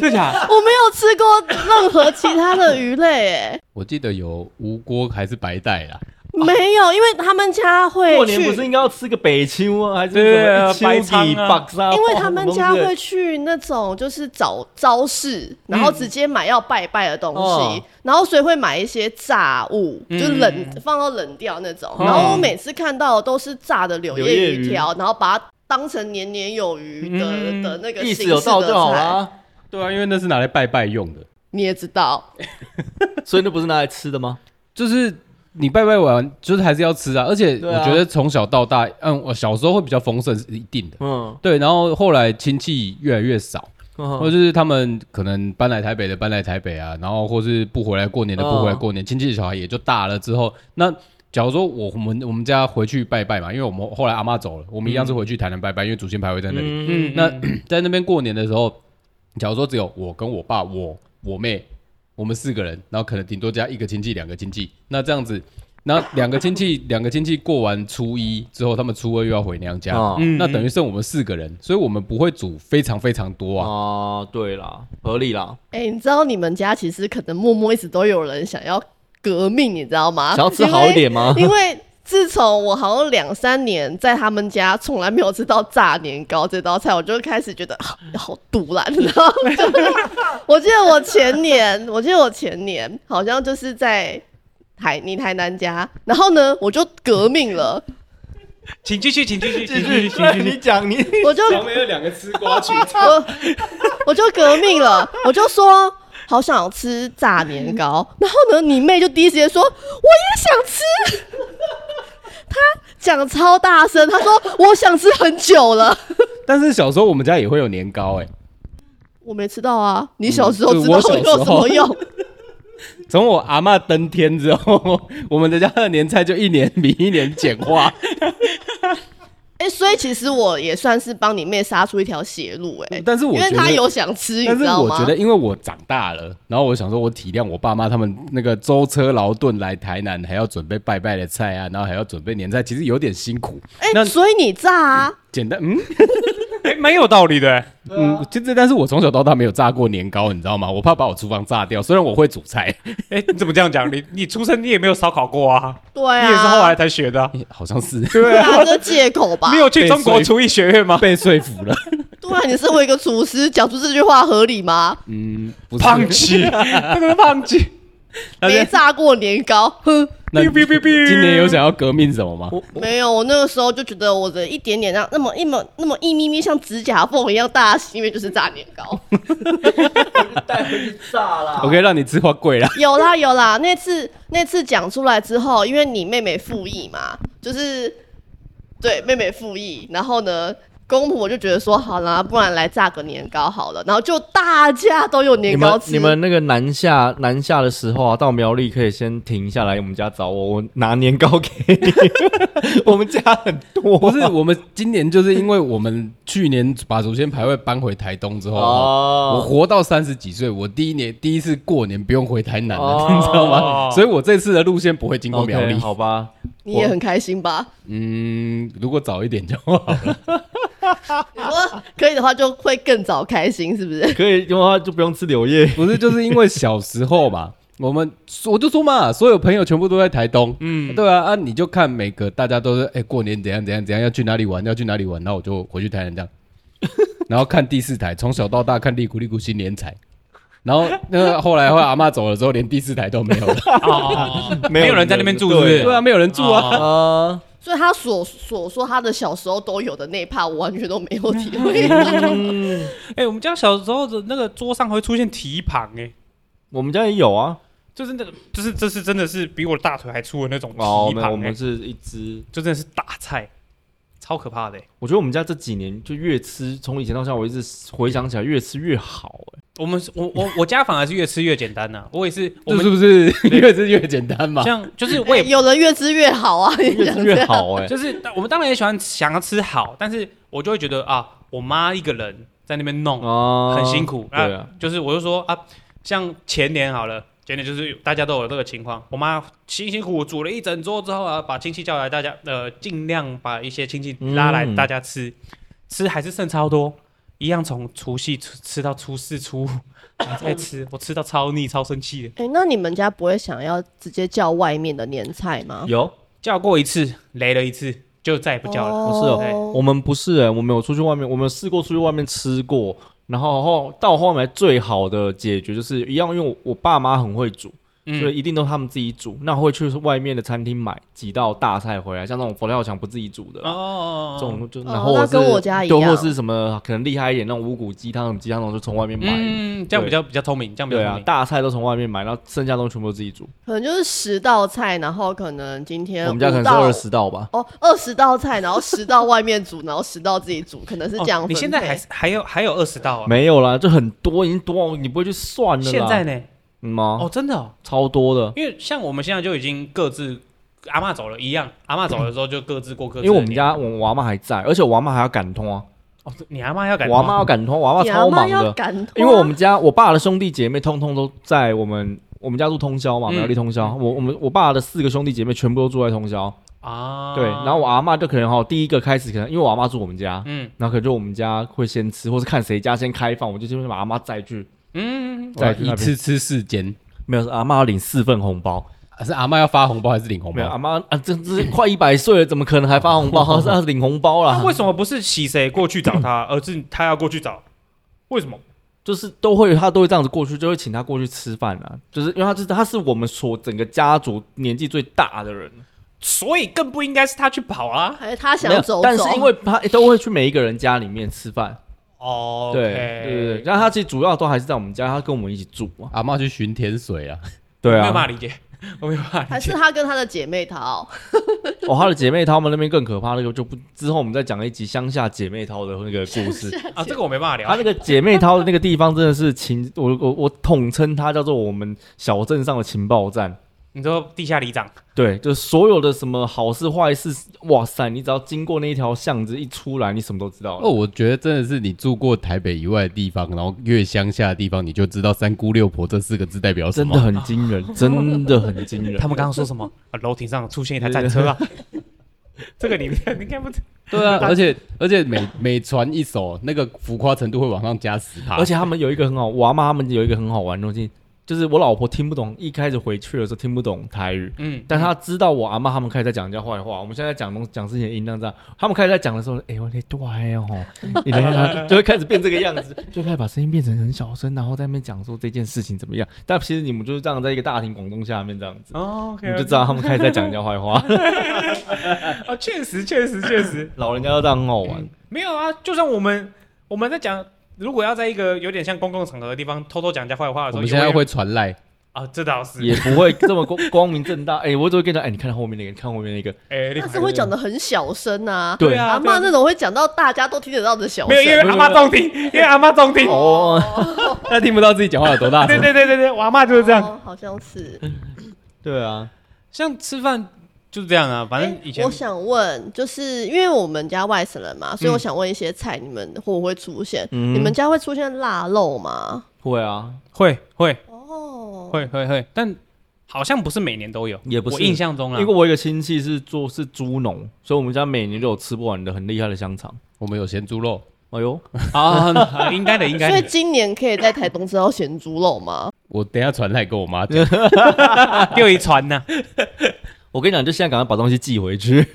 对假？
啊
我没有吃过任何其他的鱼类、哎，
我记得有无锅还是白带啦，
没有，因为他们家会
过
去，
年不是应该要吃个北秋啊，还是
对啊
什么
白
一秋
汤
底
啊
box 啊？
因为他们家
什么东
会
西
去那种就是找招式，然后直接买要拜拜的东西，
嗯哦
然后所以会买一些炸物，
嗯
就冷放到冷掉那种。
哦
然后我每次看到的都是炸的柳
柳叶
叶鱼条，然后把它当成年年有余的、
嗯
的那个
意
形
思
式
有
的
到就好
菜，
啦。
对啊，因为那是拿来拜拜用的，
你也知道。
所以那不是拿来吃的吗？
就是你拜拜完就是还是要吃啊，而且
对
我
啊
觉得从小到大，嗯，我小时候会比较丰盛是一定的，
嗯，
对，然后后来亲戚越来越少，或
嗯
者是他们可能搬来台北的搬来台北啊，然后或是不回来过年的不回来过年，亲戚的小孩也就大了之后，那假如说我我们我们家回去拜拜嘛，因为我们后来阿妈走了，我们一样是回去台南拜拜，因为祖先牌位在那里。
嗯，
那在那边过年的时候，假如说只有我跟我爸、我我妹，我们四个人，然后可能顶多加一个亲戚、两个亲戚，那这样子，那两个亲戚、两个亲戚过完初一之后，他们初二又要回娘
嗯
家，
哦
那等于剩我们四个人，所以我们不会煮非常非常多啊。
哦，对啦，合理啦，
哎、你知道你们家其实可能默默一直都有人想要革命，你知道吗？
想要吃好一点
啊
吗？
因为自从我好像两三年在他们家从来没有吃到炸年糕这道菜，我就开始觉得、啊、好堵然，你知道吗？ 就是我记得我前年，我记得我前年好像就是在台你台南家，然后呢我就革命了，
请继续，请继续，请
继
继续，
续，
请继
你
续。
讲你
我就
面有两个吃瓜 群
我我就革命了，我就说好想吃炸年糕，然后呢，你妹就第一时间说我也想吃，她讲超大声，她说我想吃很久了，
但是小时候我们家也会有年糕、欸，哎，
我没吃到啊，你小时候
嗯
知道
我小时候
有什 么用？
从我阿嬷登天之后， 我们的家的年菜就一年比一年简化。
哎、所以其实我也算是帮你妹杀出一条血路、哎、
但是我
因为
觉
她
得
有想吃，你
但是
知道
我
吗？
觉得，因为我长大了，然后我想说，我体谅我爸妈他们那个舟车劳顿来台南，还要准备拜拜的菜啊，然后还要准备年菜，其实有点辛苦。
哎、
那
所以你炸啊，
简单，嗯
哎，蛮有道理的。
嗯，其实但是我从小到大没有炸过年糕，你知道吗？我怕把我厨房炸掉。虽然我会煮菜，
哎，你怎么这样讲？你你出生你也没有烧烤过啊，
对
你
啊，
也是后来才学的啊，
好像是
对啊，
打着借口吧
你，有去中国厨艺学院 吗？
被说服了。
对啊，你身为一个厨师，讲出这句话合理吗？
嗯，不是。
胖鸡，那个是胖鸡。
那
没炸过年 糕，哼。
那
哔哔哔哔
今年有想要革命什么吗？
没有，我那个时候就觉得我的一点点那那么一么那么一咪咪像指甲缝一样大，因为就是炸年糕。
带回去炸啦
我可以让你吃花贵啦。
有啦有啦，那次那次讲出来之后，因为你妹妹复议嘛，就是对妹妹复议，然后呢，公婆就觉得说好啦，不然来炸个年糕好了，然后就大家都有
你
年糕
们
吃。
你们那个南下南下的时候啊，到苗栗可以先停下来我们家找我，我拿年糕给你。 我们家很多，
不是，我们今年就是因为我们去年把祖先牌位搬回台东之后，我
哦，
活到三十几岁，我第一年第一次过年不用回台南了，
哦
你知道吗？所以我这次的路线不会经过苗栗。
OK，好吧？
你也很开心吧？
嗯，如果早一点就好了。
你说可以的话，就会更早开心，是不是？
可以的话就不用吃柳叶。
不是，就是因为小时候嘛， 我们我就说嘛，所有朋友全部都在台东。
嗯，
对啊，啊，你就看每个大家都是哎、过年怎样怎样怎样，要去哪里玩，要去哪里玩，然后我就回去台南这样， 然后看第四台，从小到大看利古利古新年彩，然后那个后来后来阿嬷走了之后，连第四台都没有了。啊
哦， 没有人在那边住，是 不是？
对啊，没有人住啊。
哦
啊，
所以他所所说他的小时候都有的那一趴，我完全都没有体 会到。
嗯
哎，我们家小时候的那个桌上会出现蹄膀，哎，
我们家也有 啊。
就是那个，就是这是真的是比我大腿还粗的那种蹄
哦，我们我
膀，哎
们，是一只。
就真的是大菜，超可怕的。哎
我觉得我们家这几年就越吃，从以前到现在，我一直回想起来越吃越好、 哎
我们是我我我家反而是越吃越简单呐，我也是，我
这
们
是不是越吃越简单嘛？
像就是我也
有人越吃 越好啊，你
越
讲这
吃越
样。
好、哎，
就是我们当然也喜欢想要吃好，但是我就会觉得啊，我妈一个人在那边弄，
哦
很辛苦。
对啊，
就是我就说啊，像前年好了，前年就是大家都有这个情况，我妈辛辛苦苦煮了一整桌之后啊，把亲戚叫来，大家呃尽量把一些亲戚拉来，
嗯
大家吃，吃还是剩超多。一样从除夕吃吃到初四初五， 还在吃，我吃到超腻超生气的。
哎、那你们家不会想要直接叫外面的年菜
啊
吗？
有
叫过一次，雷了一次，就再也不叫了。
哦
是哦，我们不是哎、我们有出去外面，我们有试过出去外面吃过，然后后到后来最好的解决就是一样，因为我我爸妈很会煮，
嗯
所以一定都是他们自己煮，那会去外面的餐厅买几道大菜回来，像那种佛跳墙不自己煮的啦，
哦
这种就
哦
然后
那
或
跟
是
我家一
对，
样
或是什么可能厉害一点那种五谷鸡汤什么鸡汤那种就从外面买，
嗯，这样比较比较聪明，这样比较
对
聪
啊，
明。
大菜都从外面买，然后剩下东西全部都自己煮，
可能就是十道菜，然后可能今天
我们家可
五
能是
道
二十道吧，
哦，二十道菜，然后十道外面煮，然后十道自己煮，可能是这样、
哦你现在还是还有还有二十道啊？
没有啦，就很多，已经多到你不会去算了啦，
现在呢？
嗯吗？
哦，真的哦，
超多的。
因为像我们现在就已经各自阿嬷走了一样，阿嬷走了之后就各自过各自的
因
年。
为我们家我我阿妈还在，而且我阿妈还要赶通啊，
哦，你阿嬷要改
我阿妈要赶通，啊我阿妈
你
超
阿妈
忙
要
的，
赶，啊
因为我们家我爸的兄弟姐妹通通都在我们我们家住通宵嘛，苗栗通宵，我我们我爸的四个兄弟姐妹全部都住在通宵，
啊，
对，然后我阿妈就可能哈第一个开始可能因为我阿妈住我们家，
嗯
然后可能就我们家会先吃，或是看谁家先开放，我就先把阿妈载去，
嗯，
对，
载去
一
那边，
次吃四间，
没有是阿妈要领四份红包，
啊是阿妈要发红包还是领红
没有阿
包？
妈啊这这快一百岁了，怎么可能还发红 包？是要领红包啦
那，为什么不是洗谁过去找他，而是他要过去找？为什么？
就是都会，他都会这样子过去，就会请他过去吃饭啊。就是因为他就是他是我们所整个家族年纪最大的人，
所以更不应该是他去跑啊。
还是他想
没有
走走，
但是因为他都会去每一个人家里面吃饭。
哦，
对对对对，，然后他其实主要都还是在我们家，他跟我们一起住嘛。
阿妈去寻甜水啊，
对
没有办法
啊，
理解，我没有办法
还
理
是
解。
他跟他的姐妹淘，
哦，他的姐妹淘们那边更可怕，那个就不之后我们再讲一集乡下姐妹淘的那个 故事。
啊，这个我没办法聊
他。那个姐妹淘的那个地方真的是情，我我我统称它叫做我们小镇上的情报站。
你说地下里长，
对，就是所有的什么好事坏事，哇塞！你只要经过那一条巷子一出来，你什么都知道了。
哦，我觉得真的是你住过台北以外的地方，然后越乡下的地方，你就知道“三姑六婆”这四个字代表什
真
么。
的很惊 人，真的很惊人。
他们刚刚说什么？ 啊楼顶上出现一台战车啊！这个你们应该不知
对啊，而且而且每 每传一首，那个浮夸程度会往上加十趴。
而且他们有一个很好，我阿妈他们有一个很好玩的东西，就是我老婆听不懂，一开始回去的时候听不懂台语，
嗯，
但她知道我阿妈他们开始在讲人家坏话。我们现在讲东讲事情的音量这样，他们开始在讲的时候，哎、我那对哦， 你等一下就会开始变这个样子，就开始把声音变成很小声，然后在那边讲说这件事情怎么样。但其实你们就是这样，在一个大庭广众下面这样子。
哦，OK，
你就知道他们开始在讲人家坏 话，
哦，确实，确实，确实，
老人家都这样很好玩。
没有啊。就算我们我们在讲，如果要在一个有点像公共场合的地方偷偷讲人家坏话的
我
时候，
们现在
也
会传赖，
啊，这倒是，
也不会这么光光明正大。哎、我只会跟他，哎、你看后面那个，你看后面那个，
哎，你
但是会讲的很小声啊。
对
阿
啊，对
妈
啊
那种会讲到大家都听得到的小
没有，因为
声，哦
阿妈中听，因为阿妈中听。
哦，
他听不到自己讲话有多 大
对
声。
对对对对，我阿妈就是这样。嗯
哦，好像是。
对啊，
像吃饭就是这样啊，反正
诶
以前
哎我想问，就是因为我们家外省人嘛，
嗯
所以我想问一些菜，你们会不会出现？
嗯
你们家会出现腊肉吗？
会啊，
会会
哦，
会会会，但好像不是每年都有，
也不是
我印象中啊，
因为我有一个亲戚是做是猪农，所以我们家每年都有吃不完的很厉害的香肠。
我们有咸猪肉，
哎呦，
啊，应该的，应该
所以
的。
今年可以在台东吃到咸猪肉吗？
我等一下传赖跟我妈讲。
又一传呢。
我跟你讲，就现在赶快把东西寄回去。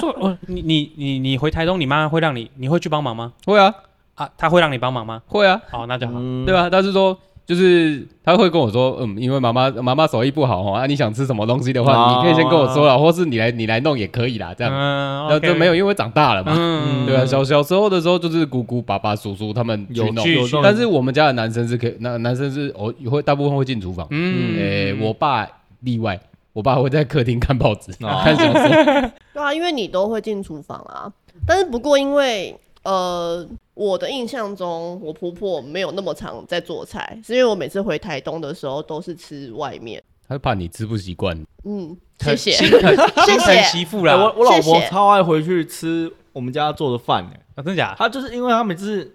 说，我你你你你回台东，你妈会让你，你会去帮忙吗？
会啊，
啊，她会让你帮忙吗？
会啊，
好，那就好。
嗯，
对啊，他是说。就是他会跟我说，嗯，因为妈妈妈妈手艺不好哦，啊，你想吃什么东西的话，
啊
你可以先跟我说啦，或是你来你来弄也可以啦，这样。
嗯
那就没
有，
有，因为长大了嘛。
嗯，
对啊，小小时候的时候就是姑姑、爸爸、叔叔他们去
有
弄
去有弄
但是我们家的男生是可以，那男生是偶会大部分会进厨房，
嗯，
诶、我爸例外，我爸会在客厅看报纸、
哦
看小说。
对啊，因为你都会进厨房啊。但是不过因为呃，我的印象中，我婆婆没有那么常在做菜，是因为我每次回台东的时候都是吃外面。
他怕你吃不习惯，
嗯，
疼
谢谢，
心疼
谢
心疼
谢。
嗯媳妇
哎
啦。哦
我我老
谢
婆
谢
超爱回去吃我们家做的饭呢、
啊，真假？
他就是因为他们就是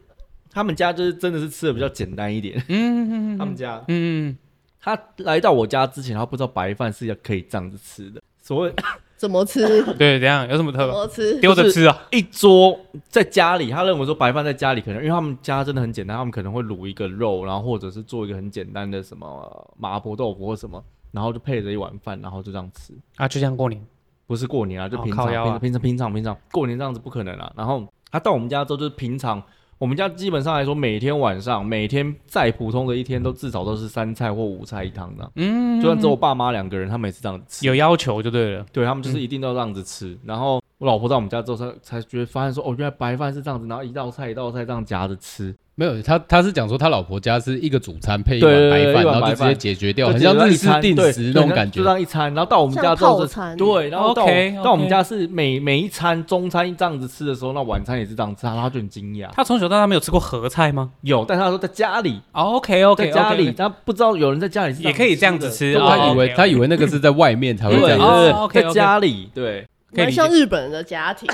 他们家就是真的是吃的比较简单一点，
嗯嗯
他们
嗯
家
嗯，
他来到我家之前，他不知道白饭是要可以这样子吃的，所以
怎么 吃？怎
对，怎样？有什么特
么吃？
丢着吃啊？
一桌在家里，他认为说白饭在家里可能，因为他们家真的很简单，他们可能会卤一个肉，然后或者是做一个很简单的什么麻婆豆腐或什么，然后就配着一碗饭，然后就这样吃。
啊，就像过年，
不是过年啊，就
哦
平常、
靠腰啊
平常平常平常过年这样子不可能啊。然后他到我们家之后，就是平常我们家基本上来说，每天晚上每天再普通的一天，都至少都是三菜或五菜一汤的。
嗯，
就算只有我爸妈两个人，他们也是这样子吃。
有要求就对了，
对他们就是一定都要这样子吃。然后我老婆到我们家之后才才觉得发现说，哦，原来白饭是这样子，然后一道菜一道菜这样夹着吃，
没有，他他是讲说他老婆家是一个主餐配一
对
碗
对
白
对
饭，
一碗
然后就
白
直接
饭
解决掉，
就
很
只
像
有
日
一
式
餐
定
对
时那
对
种
就
感觉
就。这样一餐。然后到我们家
像
之后
套
是，
餐，
对，然后到
OK，OK
到我们家是每每一餐中餐这样子吃的时候，那晚餐也是这样吃，然后他就很惊讶。
他从小到大没有吃过合菜吗
有，但是他说在家里，
？OK OK，
在家里，他不知道有人在家里是
也可以这样子
的
吃
就
哦
他以为
OK，OK
他以为那个是在外面才会
对
这
对
样
哦
子，
对
，OK，OK
在家里，对，
可以
蛮
理解
像日本人的家庭，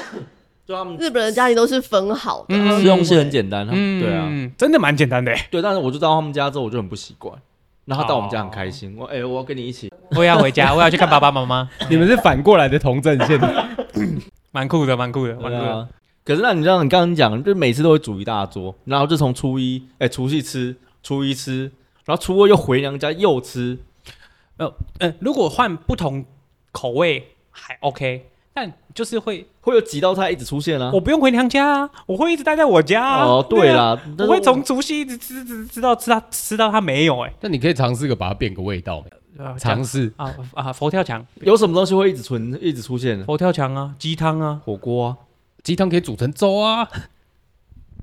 就他们
日本人家庭都是分好的，
嗯
使用是很简单，他们对啊，
嗯，真的蛮简单的欸。
对，但是我就到他们家之后，我就很不习惯。然后他到我们家很开
哦
心，我哎、我要跟你一起，
我也要回家，我要去看爸爸妈妈，
你们是反过来的同阵 线。
蛮酷的，蛮酷的，蛮酷
对
的。
啊。可是那你知道，你刚刚讲，就每次都会煮一大桌，然后就从初一，哎、除夕吃，初一吃，然后初二又回娘家又吃，
嗯，如果换不同口味还 OK，但就是会，
会有几道菜一直出现啊。
我不用回娘家啊，我会一直待在我家啊。
哦，对
啊，
啦，但
我
是
会从除夕一直吃吃吃到吃到吃到它没有哎。
但你可以尝试个把它变个味道，
呃
尝试。
啊啊，佛跳墙，
有什么东西会一直存，一直出现呢？
佛跳墙啊，鸡汤啊，
火锅啊，
鸡汤可以煮成粥啊，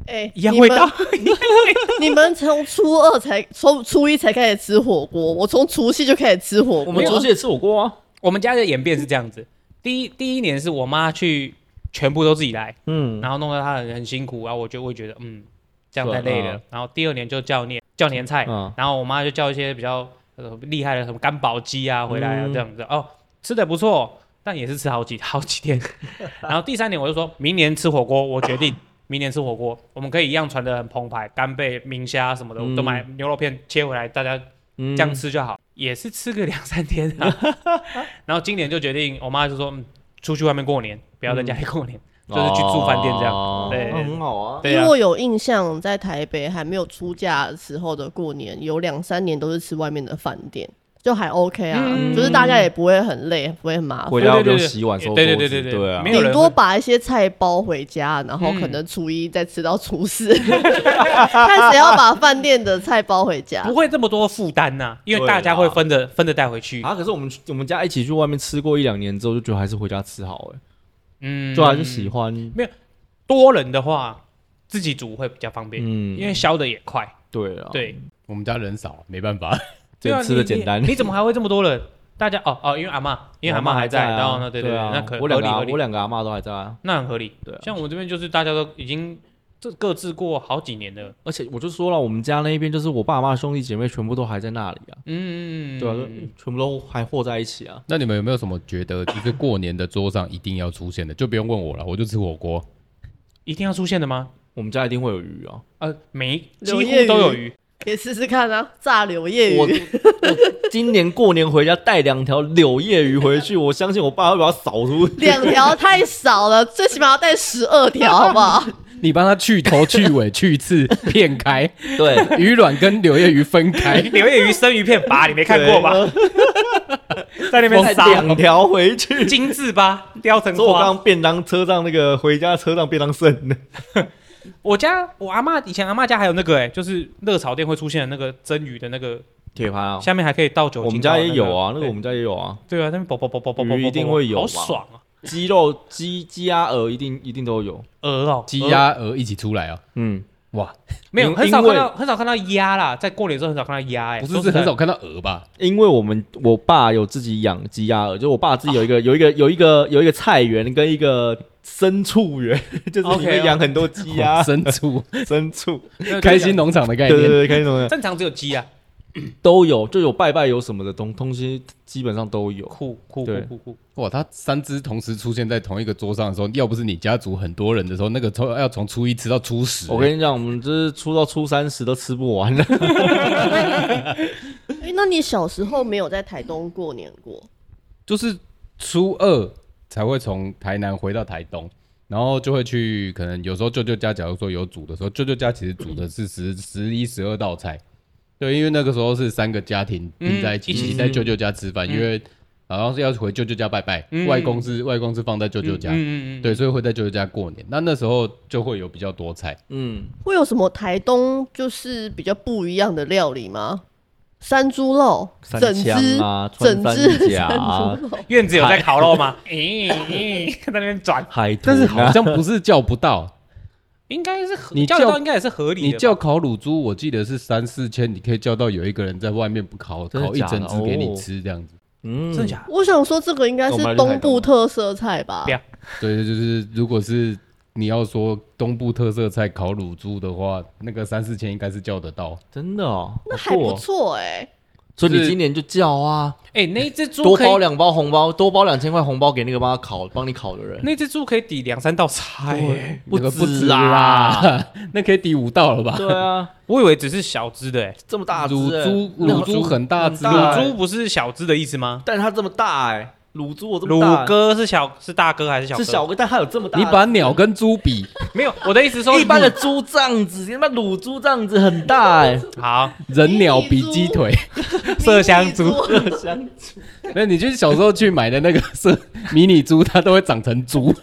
哎，
一样
你
味
们
道。
你们从初二才从初一才开始吃火锅，我从除夕就开始吃火
我
锅
们。除夕也吃火锅啊。
我们家的演变是这样子，第一第一年是我妈去全部都自己来，
嗯，
然后弄得她很很辛苦，然后我就会觉得嗯，这样太累
对
了
嗯。
然后第二年就叫年叫年菜，
嗯
然后我妈就叫一些比较呃厉害的什么干宝鸡啊回来啊、
嗯
这样子哦，吃的不错，但也是吃好几好几天。 然后第三年我就说明年吃火锅，我决 定。明年吃火锅，我们可以一样穿的很澎湃，干贝、明虾什么的，我都
嗯
买牛肉片切回来，大家
嗯
这样吃就好，也是吃个两三天啊。 然后今年就决定，我妈就说，嗯，出去外面过年，不要在家里过年，就是去住饭店这样。
嗯哦
对
那很好啊。
对
因
啊
为，我有印象，在台北还没有出嫁的时候的过年，有两三年都是吃外面的饭店，就还 OK 啊，
嗯
就是大家也不会很累，不会很麻烦
回。家
对
不
对
用
对
洗碗
对
收桌子，
对对对对
啊
没，有
顶
人会
多把一些菜包回家，然后
嗯
可能初一再吃到初四， 看谁要把饭店的菜包回家
不。会这么多负担呐，因为大家会分着分着带回去。
啊啊，可是我们我们家一起去外面吃过一两年之后，就觉得还是回家吃好哎、
嗯，
就还是喜欢，
多人的话，自己煮会比较方便，
嗯，
因为消的也快。
对啊，，
对，
我们家人少，没办法。
对啊，
吃的简单
你。你你怎么还会这么多人？大家哦哦，因为阿嬷，因为阿嬷还在，
啊
然后呢，对
对
对，
啊，
那可
我
合
两
理
个阿
合
我
理，
两个阿妈都还在啊，
那很合理。
对啊
像我这边就是大家都已经这各自过好几年了，
而且我就说了，我们家那边就是我爸妈兄弟姐妹全部都还在那里啊，
嗯，
对啊，就全部都还和在一起啊。
那你们有没有什么觉得就是过年的桌上一定要出现的？就不用问我了，我就吃火锅。
一定要出现的吗？
我们家一定会有鱼 啊，
呃，每几
柳
乎
叶
都有
鱼
鱼，
也试试看啊，炸柳叶
我
鱼。
我今年过年回家带两条柳叶鱼回去，我相信我爸会把它扫出去。
两条太少了，最起码要带十二条，好不好？
你帮他去头、去尾、去刺、片 开，
对，
鱼卵跟柳叶鱼分开。
柳叶鱼生鱼片吧，你没看 过
啊
吧？在那边
我带两
杀，
条回去。
精致吧，雕成
所以我
花。
刚便当车上那个回家车上便当剩的，
我家我阿嬷以前阿嬷家还有那个哎、就是热炒店会出现的那个蒸鱼的那个，
铁盘啊，
下面还可以倒酒精、
我们家也有啊，那个
对
我们家也有啊，
对啊，那边啵啵啵啵啵啵，
鱼一定会有
好
吧
爽啊！
鸡肉、鸡、鸡鸭、鹅一定一定都有。
鹅哦，
鸡
鹅
鸭鹅一起出来哦，
嗯，
哇，
没有
因
很少
因
看
为
到很少看到鸭啦，在过年的时候很少看到鸭哎、
不
都
是是很
在
少看到鹅吧？
因为我们我爸有自己养鸡鸭鹅，就我爸自己有一个、有一个有一个有一个菜园跟一个牲畜园， 就是里
OK
面
啊
养很多鸡鸭
牲畜，
牲畜。
没 有
开心农场的概
对对
念。
对，开心农场。
正常只有鸡啊，
都有，就有拜拜有什么的东东西，基本上都有。
酷酷
对
酷酷酷，
哇，他三只同时出现在同一个桌上的时候，要不是你家族很多人的时候，那个从要从初一吃到初十、
我跟你讲，我们就是出到初三十都吃不完了。
哎、那你小时候没有在台东过年过？
就是初二才会从台南回到台东，然后就会去，可能有时候舅舅家，假如说有煮的时候，舅舅家其实煮的是十十一十二道菜，对，因为那个时候是三个家庭拼在一起，
嗯一起
一起在舅舅家吃饭，因为好像是要回舅舅家拜拜，
嗯
外公是外公是放在舅舅家，
啊
嗯嗯嗯，
对，所以会在舅舅家过年。那那时候就会有比较多菜，
嗯，
会有什么台东就是比较不一样的料理吗？山猪肉，
三
整只
枪啊，穿
整
山
只
甲啊
山，猪肉，
院子有在烤肉吗？咦咦， 在那边转，
海豚
但是
啊，
好像不是叫不 到，
应该是合
你
叫
叫
到应该也是合理的
你
吧，
叫烤乳猪，我记得是三四千，你可以叫到有一个人在外面不烤
真的
烤一
假的
整只给你
哦
吃这样子。
嗯
真的假的？
我想说这个应该是东部特色菜吧
不？要
对，就是如果是你要说东部特色菜烤乳猪的话，那个三四千应该是叫得到。
真的哦，
那
好
还
酷
不
哦
错哎、
所以你
是
今年就叫啊，
哎，那一只猪
多
可以
包，两包红包，多包两千块红包给那个帮他烤、帮你烤的人，
那只猪可以抵两三道菜耶。
那个不
止
止啦， 那可以抵五道了吧？
对啊，
我以为只是小只的，哎，
这么大只
乳
欸
猪
那
乳猪很大只
很大
乳
欸
猪不是小只的意思吗？
但它这么大哎、乳猪我这么
乳
大，
哥是小是大哥还是小哥？
是小哥，但它有这么大。
你把鸟跟猪 比，
没有，我的意思是说
一般的猪这样子，你把乳猪这样子很大 哎、
好，
人鸟比鸡腿。
麝香猪
迷你
那你就是小时候去买的那个是迷你猪，它都会长成猪。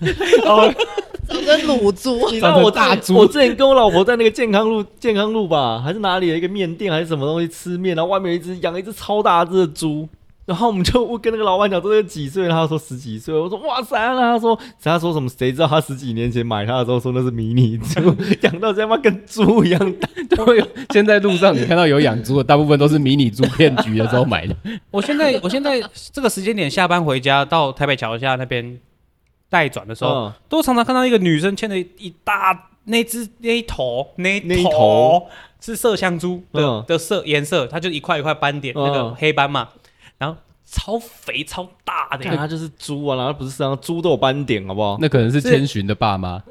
长跟乳猪，
你知道
长得
我之
大猪
我之前跟我老婆在那个健康路健康路吧，还是哪里的一个面店还是什么东西吃面，然后外面有一只养了一只超大只的猪。然后我们就问跟那个老板讲，这个几岁？他说十几岁。我说哇塞！那他说，他说什么？谁知道他十几年前买它的时候说那是迷你猪， 养到现在妈跟猪一样大。
都会有现在路上你看到有养猪的，大部分都是迷你猪骗局的时候买的。
我现 在我现在这个时间点下班回家，到台北桥下那边待转的时候，
嗯
都常常看到一个女生牵着一大那只那一头那
那一
一
头
头是麝香猪的、
嗯
的色颜色，它就一块一块斑点、
嗯
那个黑斑嘛，然后超肥超大的
干， 它就是猪啊，然后不是身上猪都有斑点，好不好？
那可能是千寻的爸妈。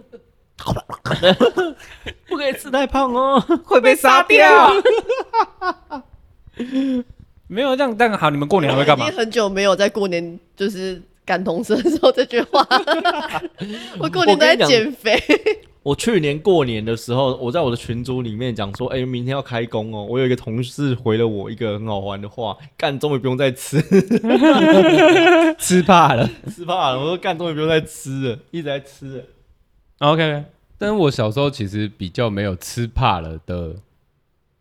不可以吃太胖哦，
会被
杀掉。
没有这样，但好，你们过年还 会干嘛
我已？经很久没有在过年就是感同身受这句话。 我过年都在减肥，
我去年过年的时候，我在我的群组里面讲说，哎、明天要开工哦。我有一个同事回了我一个很好玩的话，干，终于不用再 吃，
吃怕了。
吃怕了。我说干，终于不用再吃了，一直在吃了。
OK，, o k
但我小时候其实比较没有吃怕了的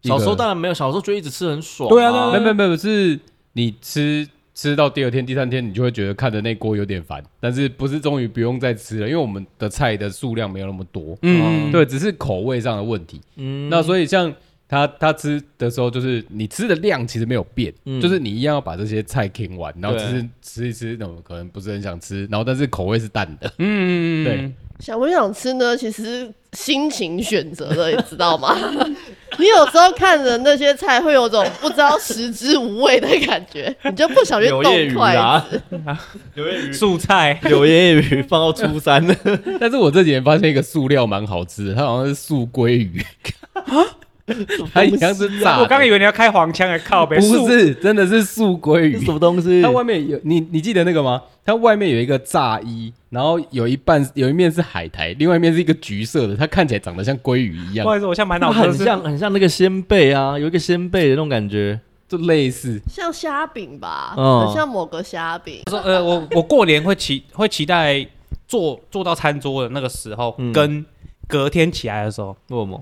一个，
小时候当然没有，小时候就一直吃很爽、
对啊对啊
没有没有没有，是你吃吃到第二天、第三天，你就会觉得看着那锅有点烦，但是不是终于不用再吃了，因为我们的菜的数量没有那么多，
嗯，
对，只是口味上的问题。
嗯
那所以像他他吃的时候，就是你吃的量其实没有变，
嗯
就是你一样要把这些菜啃完，然后
对
吃吃一吃，那种可能不是很想吃，然后但是口味是淡的。
嗯，
对
想不想吃呢？其实是心情选择的，你知道吗？ 你有时候看着那些菜，会有种不知道食之无味的感觉，你就不小心
柳
动
叶鱼
筷子。
啊， 柳叶鱼，
素菜
柳叶鱼放到初 三了，
但是我这几年发现一个塑料蛮好吃的，它好像是素鲑鱼，
啊
它一样是炸的。
我刚以为你要开黄腔来靠北，
不是，真的是素鲑
这是什
鱼。
么东西
它？外面有你，你记得那个吗？它外面有一个炸衣，然后有一半有一面是海苔，另外一面是一个橘色的，它看起来长得像鲑鱼一
素，
样
不，好意思，我现在满
它
脑子都
很
是
像很像那个鲜贝啊，有一个鲜贝的那种感觉。
就类似。
像虾饼吧，
嗯
很像某个虾饼。
说呃，我我过年会期会期待坐坐到餐桌的那个时候，
嗯
跟隔天起来的时候，
为什么？